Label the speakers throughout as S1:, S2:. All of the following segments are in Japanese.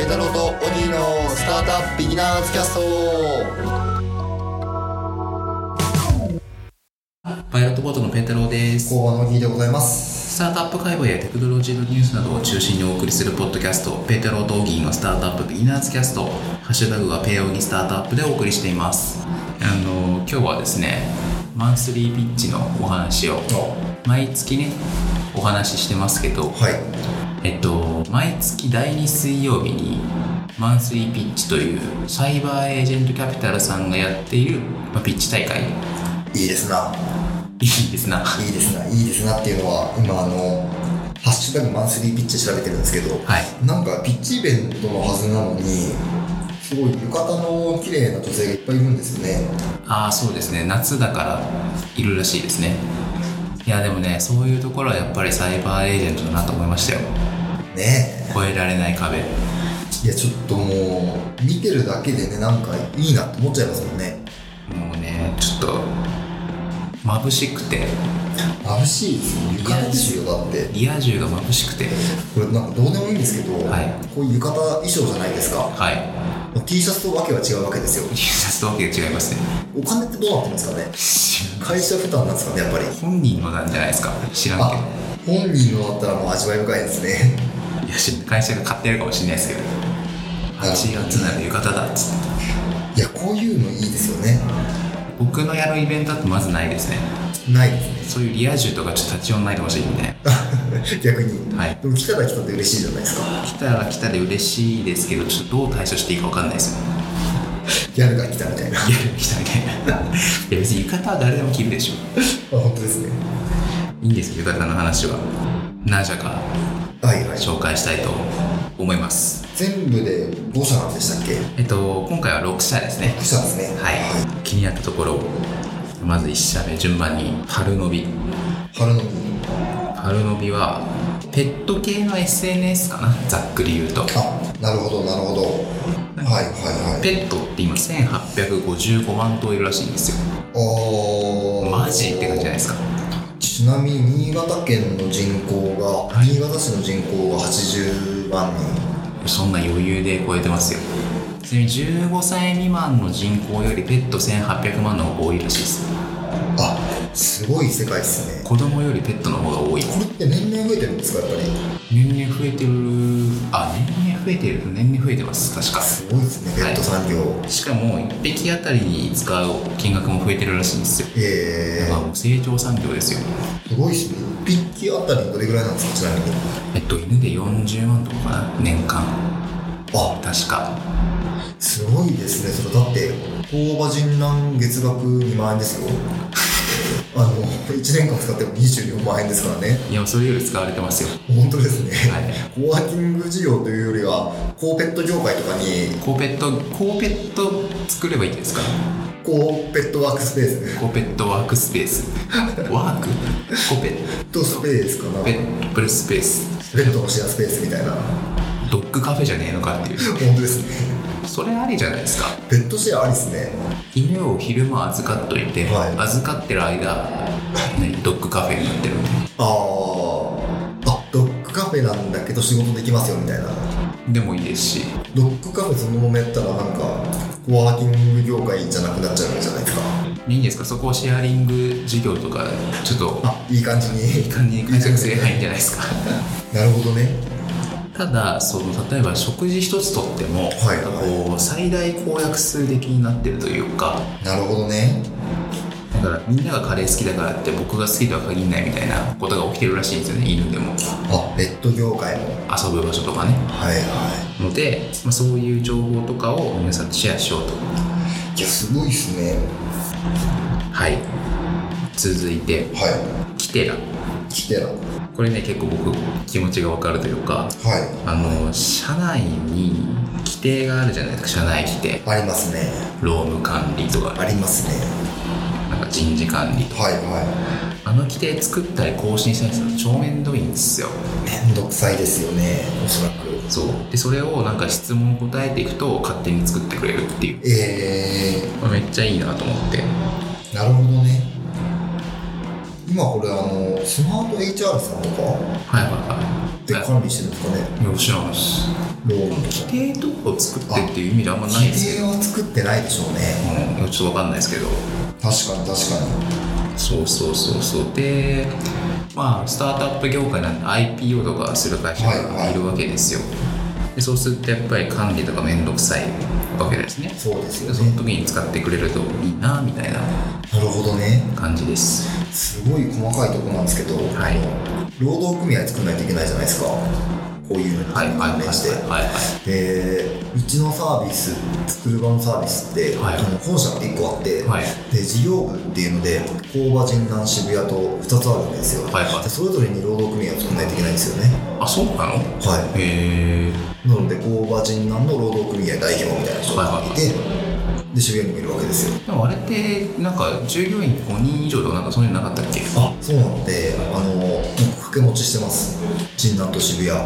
S1: イ太郎とオギーのスタートアップビギナーズキャスト
S2: パイロットボートのペンタロウです。
S1: 後半のオギーでございます
S2: スタートアップ界隈やテクノロジーのニュースなどを中心にお送りするポッドキャスト、ペンタロウとオギーのスタートアップビギナーズキャスト、ハッシュタグがペアオギスタートアップでお送りしています。あの、今日はですね、マンスリーピッチのお話を、毎月ね、お話ししてますけど、
S1: はい
S2: えっと、毎月第2水曜日に、マンスリーピッチというサイバーエージェントキャピタルさんがやっている、まあ、ピッチ大会。
S1: いいですない
S2: いですな。
S1: いいですないいですなっていうのは今あのハッシュタグマンスリーピッチ調べてるんですけど、
S2: はい。
S1: なんかピッチイベントのはずなのにすごい浴衣の綺麗な女性がいっぱいいるんですよね
S2: ああそうですね夏だからいるらしいですねいやでもねそういうところはやっぱりサイバーエージェントだなと思いましたよ
S1: ね
S2: 超えられない壁
S1: えいやちょっともう見てるだけでねなんかいいなって思っちゃいますもんね
S2: もうねちょっと眩しくて
S1: 眩しいですね浴衣ですよだって
S2: リア充が眩しくて
S1: これなんかどうでもいいんですけど、
S2: はい
S1: こういう浴衣衣装じゃないですか
S2: はい
S1: T シャツとわけは違うわけですよ
S2: T シャツとわけが違いますね
S1: お金ってどうなってますかね会社負担なんですかねやっぱり
S2: 本人のなんじゃないですか知らんけ
S1: あ本人のだったらもう味わい深いですね
S2: どいや知らん会社が買ってやるかもしれないですけど8月なら浴衣だっつって
S1: いやこういうのいいですよね
S2: 僕のやるイベントだとまずないですね
S1: ないで
S2: そういうリア充とかちょっと立ち寄んないでほしいんで
S1: すね 逆に、
S2: はい
S1: でも来たら来たって嬉しいじゃないですか
S2: 来たら来たで嬉しいですけどちょっとどう対処していいか分かんないですよね
S1: ギャルが来たみたいな あ
S2: いや来たみたいないや別に浴衣は誰でも着るでしょ
S1: 本当ですね
S2: いいんですよ浴衣の話は何社か
S1: はいはい
S2: 紹介したいと思います
S1: 全部で5社なんでしたっけ
S2: えっと今回は6社ですね
S1: 5社ですね
S2: はい気になったところをまず1社目順番にパルノビ
S1: 春のに
S2: パルノビはペット系の SNS かなざっくり言うと
S1: あなるほどなるほどはいはいはい
S2: ペットって今1855万頭いるらしいんですよ
S1: ああ
S2: マジって感じじゃないですか
S1: ちなみに新潟県の人口が、新潟市の人口が80万人
S2: そんな余裕で超えてますよちなみに15歳未満の人口よりペット1800万の方が多いらしいです
S1: あすごい世界ですね
S2: 子供よりペットの方が多い
S1: これって年々増えてるんですかやっぱり
S2: 年々増えてるあ年々増えてる年々増えてます確か
S1: すごいですねペット産業、
S2: しかも1匹あたりに使う金額も増えてるらしいんですよ
S1: え
S2: だからもう成長産業ですよ
S1: ー、すごいですね1匹あたりどれぐらいなんですかちなみに
S2: えっと犬で40万とかかな年間
S1: あ
S2: 確か
S1: すごいですねそれだって大場人南月額2万円ですよあの1年間使っても24万円ですからね
S2: いやそれより使われてますよ
S1: 本当ですね、
S2: はい
S1: コワーキング事業というよりはコーペット業界とかに
S2: コーペットコーペット作ればいいんですか
S1: コーペットワークスペース
S2: コペットワークスペースワークコペッ
S1: ペットスペースかな
S2: ペ
S1: ペ
S2: ットスペース
S1: ットのシェアスペースみたいな本
S2: ドッグカフェじゃねえのかっていう
S1: 当ですね
S2: それありじゃないですか
S1: ペットシェアありですね
S2: 犬を昼間預かっといて、
S1: はい
S2: 預かってる間何ドッグカフェになってるみたい
S1: あーあドッグカフェなんだけど仕事できますよみたいな
S2: なでもいいですし
S1: ドッグカフェそのままやったらなんかコワーキング業界じゃなくなっちゃうんじゃないですか
S2: いいんですかそこをシェアリング事業とかちょっと
S1: あいい感じに
S2: いい感じに解釈すればいいんじゃないですか
S1: なるほどね
S2: ただその例えば食事一つとっても、
S1: はい
S2: なんかこう最大公約数的になってるというか
S1: なるほどね
S2: だからみんながカレー好きだからって僕が好きとは限らないみたいなことが起きてるらしいんですよね犬でも
S1: あペット業界も
S2: 遊ぶ場所とかね
S1: はいは
S2: ので、まあ、そういう情報とかを皆さんとシェアしよう
S1: い
S2: と
S1: いやすごいですね
S2: はい続いて
S1: は
S2: キテラ
S1: いキテラは
S2: これね結構僕気持ちが分かるというか
S1: い
S2: あの社内に規定があるじゃないですか社内規定
S1: ありますね
S2: 労務管理と
S1: あ
S2: か
S1: りますね
S2: なんか人事管理とか
S1: はいは
S2: あの規定作ったり更新したりするの超面倒いんですよ
S1: いめんどくさいですよねおそらく
S2: そうでそれをなんか質問答えていくと勝手に作ってくれるっていう
S1: えー、
S2: まあめっちゃいいなと思って
S1: なるほどね今これあのスマート HR さんとか
S2: はいはいは
S1: って管理してるんですかね
S2: いや知らないです
S1: ローンとか
S2: 規定とかを作ってっていう意味であんまないで
S1: 規定
S2: すけど、
S1: は作ってないでしょうね
S2: うん、ちょっとわかんないですけど
S1: 確かに確かに
S2: そうそうそうそうでまあスタートアップ業界なんで IPO とかする会社
S1: はいは
S2: が
S1: い
S2: いるわけですよ、でそうするとやっぱり管理とか面倒くさいわけですね
S1: そうですよ
S2: その
S1: ね
S2: 時に使ってくれるといいなみたいな
S1: なるほどね
S2: 感じです
S1: すごい細かいとこなんですけど、
S2: はい
S1: 労働組合作んないといけないじゃないですかこういうのに
S2: はいはいはい
S1: 関連して、
S2: はいはい
S1: でうちのサービス作る版サービスって、
S2: はい
S1: あの本社が1個あって、
S2: はい
S1: で事業部っていうので工場人南渋谷と2つあるんですよ、
S2: はいはい
S1: でそれぞれに労働組合を作らないといけないんですよね
S2: あそうなの
S1: は
S2: へえ
S1: いなので工場人南の労働組合代表みたいな人がいて、で渋谷にもいるわけですよ
S2: でもあれってなんか従業員5人以上とかなんかそういうのなかったっけ
S1: あそうなのであの掛け持ちしてます人南と渋谷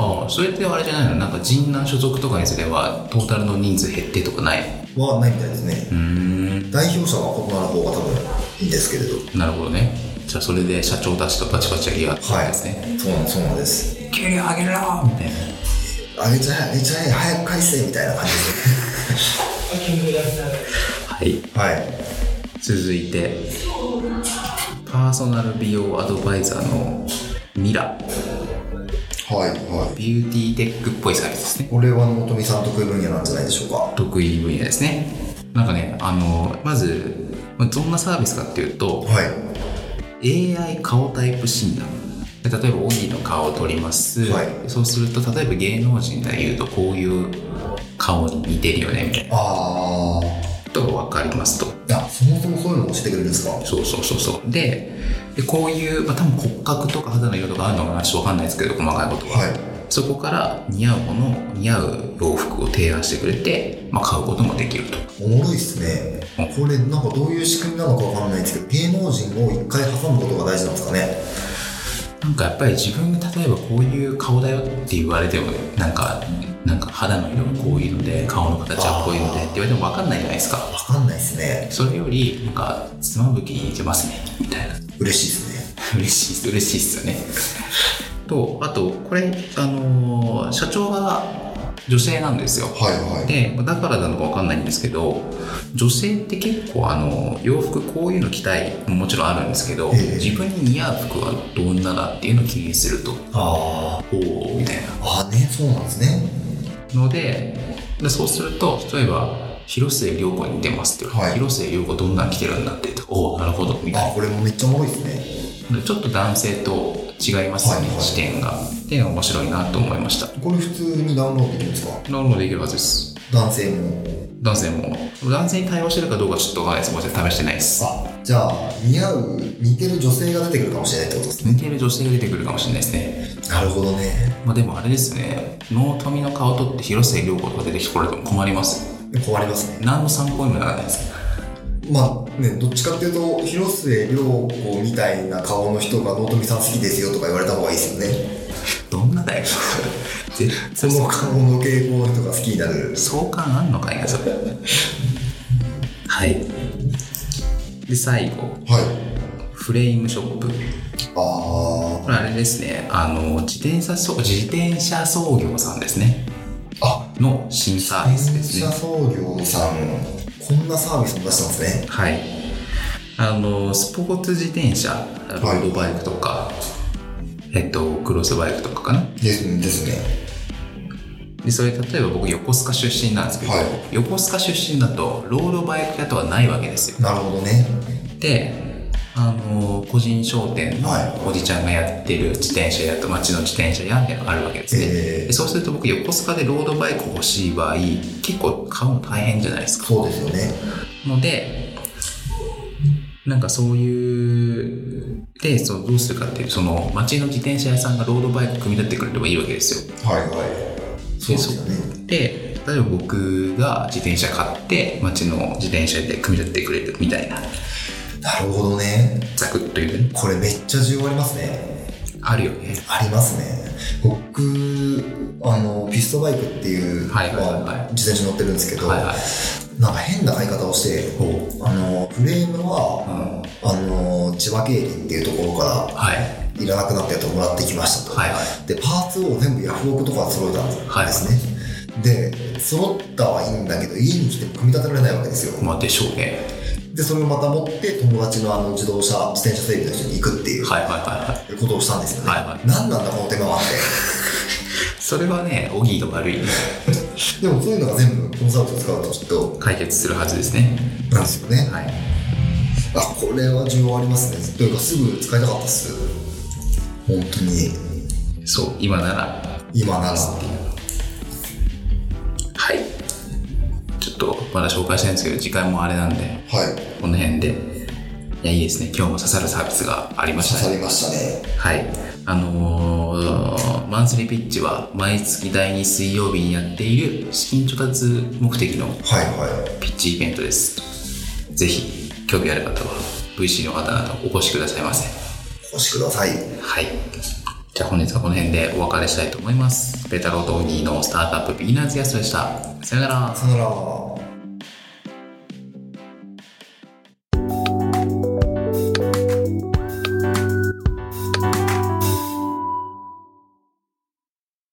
S2: ああそれってあれじゃないのなんか人南所属とかにすればトータルの人数減ってとかない
S1: はないみたいですね
S2: うーん
S1: 代表者は異なる方が多分いいんですけれど
S2: なるほどねじゃあそれで社長たちとバチバチやり合ってたんですね、
S1: そうなんそうなんです
S2: 給料上げろーみたいな
S1: あげちゃえあげちゃえ早く返せみたいな感じ
S2: はい
S1: ではい
S2: 続いてパーソナル美容アドバイザーのミラ
S1: はいはい
S2: ビューティーテックっぽいサービスですね
S1: これは本見さん得意分野なんじゃないでしょうか
S2: 得意分野ですねなんかねあのまずまあどんなサービスかっていうと、
S1: はい
S2: AI 顔タイプ診断で例えばオギーの顔を取ります、
S1: はい
S2: そうすると例えば芸能人で言うとこういう顔に似てるよねみたいな
S1: あ
S2: ことが分かりますと
S1: ーあそもそもそういうの教えてくれるんですかは
S2: そうそうそうそうででこういう、まあ、多分骨格とか肌の色とかあるのかなちょっと分かんないですけど細かいことは、
S1: い
S2: そこから似合うもの似合う洋服を提案してくれて、まあ、買うこともできると
S1: おもろいっすねこれなんかどういう仕組みなのかわかんないんですけど芸能人を一回挟むことが大事なんですかね
S2: なんかやっぱり自分が例えばこういう顔だよって言われてもなんかなんか肌の色がこういうので顔の形はこういうのでって言われても分かんないじゃないですか
S1: わかんないっすね
S2: それよりなんかつまぶきに似てますねみたいな
S1: 嬉しいっすね
S2: 嬉しいっす嬉しいっすよねとあとこれあのー社長が女性なんですよ
S1: はいは
S2: でだからなのか分かんないんですけど女性って結構あの洋服こういうの着たいももちろんあるんですけど、
S1: ええ
S2: 自分に似合う服はどんなだっていうのを気にすると
S1: あ
S2: おおみたいな
S1: ああねそうなんですね
S2: のででそうすると例えば広末涼子に似てますって言われて、
S1: はい
S2: 広末涼子どんなの着てるんだってとおおなるほどみたい
S1: あこれもめっちゃおもろいっすね
S2: なちょっと男性と違いますよね、
S1: はいはい
S2: 視点がで面白いなと思いました
S1: これ普通にダウンロードできるんですか
S2: なるほどできるはずです
S1: 男性も
S2: 男性も男性に対応してるかどうかちょっとわかんないですもちろん試してないです
S1: あじゃあ似合う似てる女性が出てくるかもしれないってことですね
S2: 似てる女性が出てくるかもしれないですね、
S1: なるほどね
S2: まあ、でもあれですね納富の顔とって広末涼子とか出てきてこれても困ります
S1: 困りますね
S2: 何の参考にもならないです
S1: まあねどっちかっていうと広末涼子みたいな顔の人が納富さん好きですよとか言われた方がいいですよね
S2: どんなだよ 絶
S1: そ
S2: 対
S1: の顔の傾向の人が好きになる
S2: 相関あんのかいなそれはいで最後
S1: はい
S2: フレームショップ
S1: あ
S2: これあれですねあの自転車そう自転車操業さんですね
S1: ーあ
S2: の新サービス
S1: 自
S2: で
S1: 転
S2: す
S1: 車
S2: ね
S1: 操業さんこんなサービスも出してますね
S2: はいあのスポーツ自転車ロードバイクとか、えっとクロスバイクとかかな
S1: ですですね
S2: でそれ例えば僕横須賀出身なんですけど、
S1: はい
S2: 横須賀出身だとロードバイクだとはないわけですよ
S1: なるほどね
S2: で、あの個人商店の
S1: はい
S2: おじちゃんがやってる自転車屋と町の自転車屋みたいなのがあるわけですね、
S1: ええ
S2: でそうすると僕横須賀でロードバイク欲しい場合結構買うの大変じゃないですか
S1: そうですよね
S2: のでなんかそういうでそのどうするかっていうその町の自転車屋さんがロードバイク組み立ててくれればいいわけですよ
S1: はいはいそうですよね
S2: で例えば僕が自転車買って町の自転車で組み立ててくれるみたいな
S1: なるほどね
S2: ザクッというね
S1: これめっちゃ需要ありますね
S2: あるよね
S1: ありますね僕あのピストバイクっていう、
S2: はいはいはいはい
S1: まあ自転車乗ってるんですけど、
S2: はいはい
S1: なんか変な買い方をしてあのフレームは、
S2: は
S1: あの千葉競輪っていうところから
S2: い
S1: いらなくなったやつをもらってきましたと、
S2: はいはい
S1: でパーツを全部ヤフオクとかで揃えたんですね、で揃ったはいいんだけど家に来ても組み立てられないわけですよ、
S2: まあでしょうね
S1: でそれをまた持って友達のあの自動車自転車整備の人に行くっていう
S2: はいはいはいはい
S1: ことをしたんですよね、
S2: はいはい
S1: 何なんだこの手間はって
S2: それはねオギーの悪い
S1: でもそういうのが全部コンサルト使うときっと
S2: 解決するはずですね
S1: なんですよね、
S2: はい
S1: あこれは需要ありますねというかすぐ使いたかったっす本当に
S2: そう今なら
S1: 今なら
S2: はいちょっとまだ紹介してないんですけど時間もあれなんで
S1: はい
S2: この辺でいやいいですね今日も刺さるサービスがありました
S1: 刺
S2: ね
S1: さりましたね
S2: はい。あのーマンスリーピッチは毎月第2水曜日にやっている資金調達目的の
S1: はいはい
S2: ピッチイベントです。ぜひ、興味ある方は VC の方などお越しくださいませ。
S1: お越しください
S2: はい。じゃあ本日はこの辺でお別れしたいと思います。ペータローとオギーのスタートアップビギナーズキャストでした。さよなら。
S1: さよなら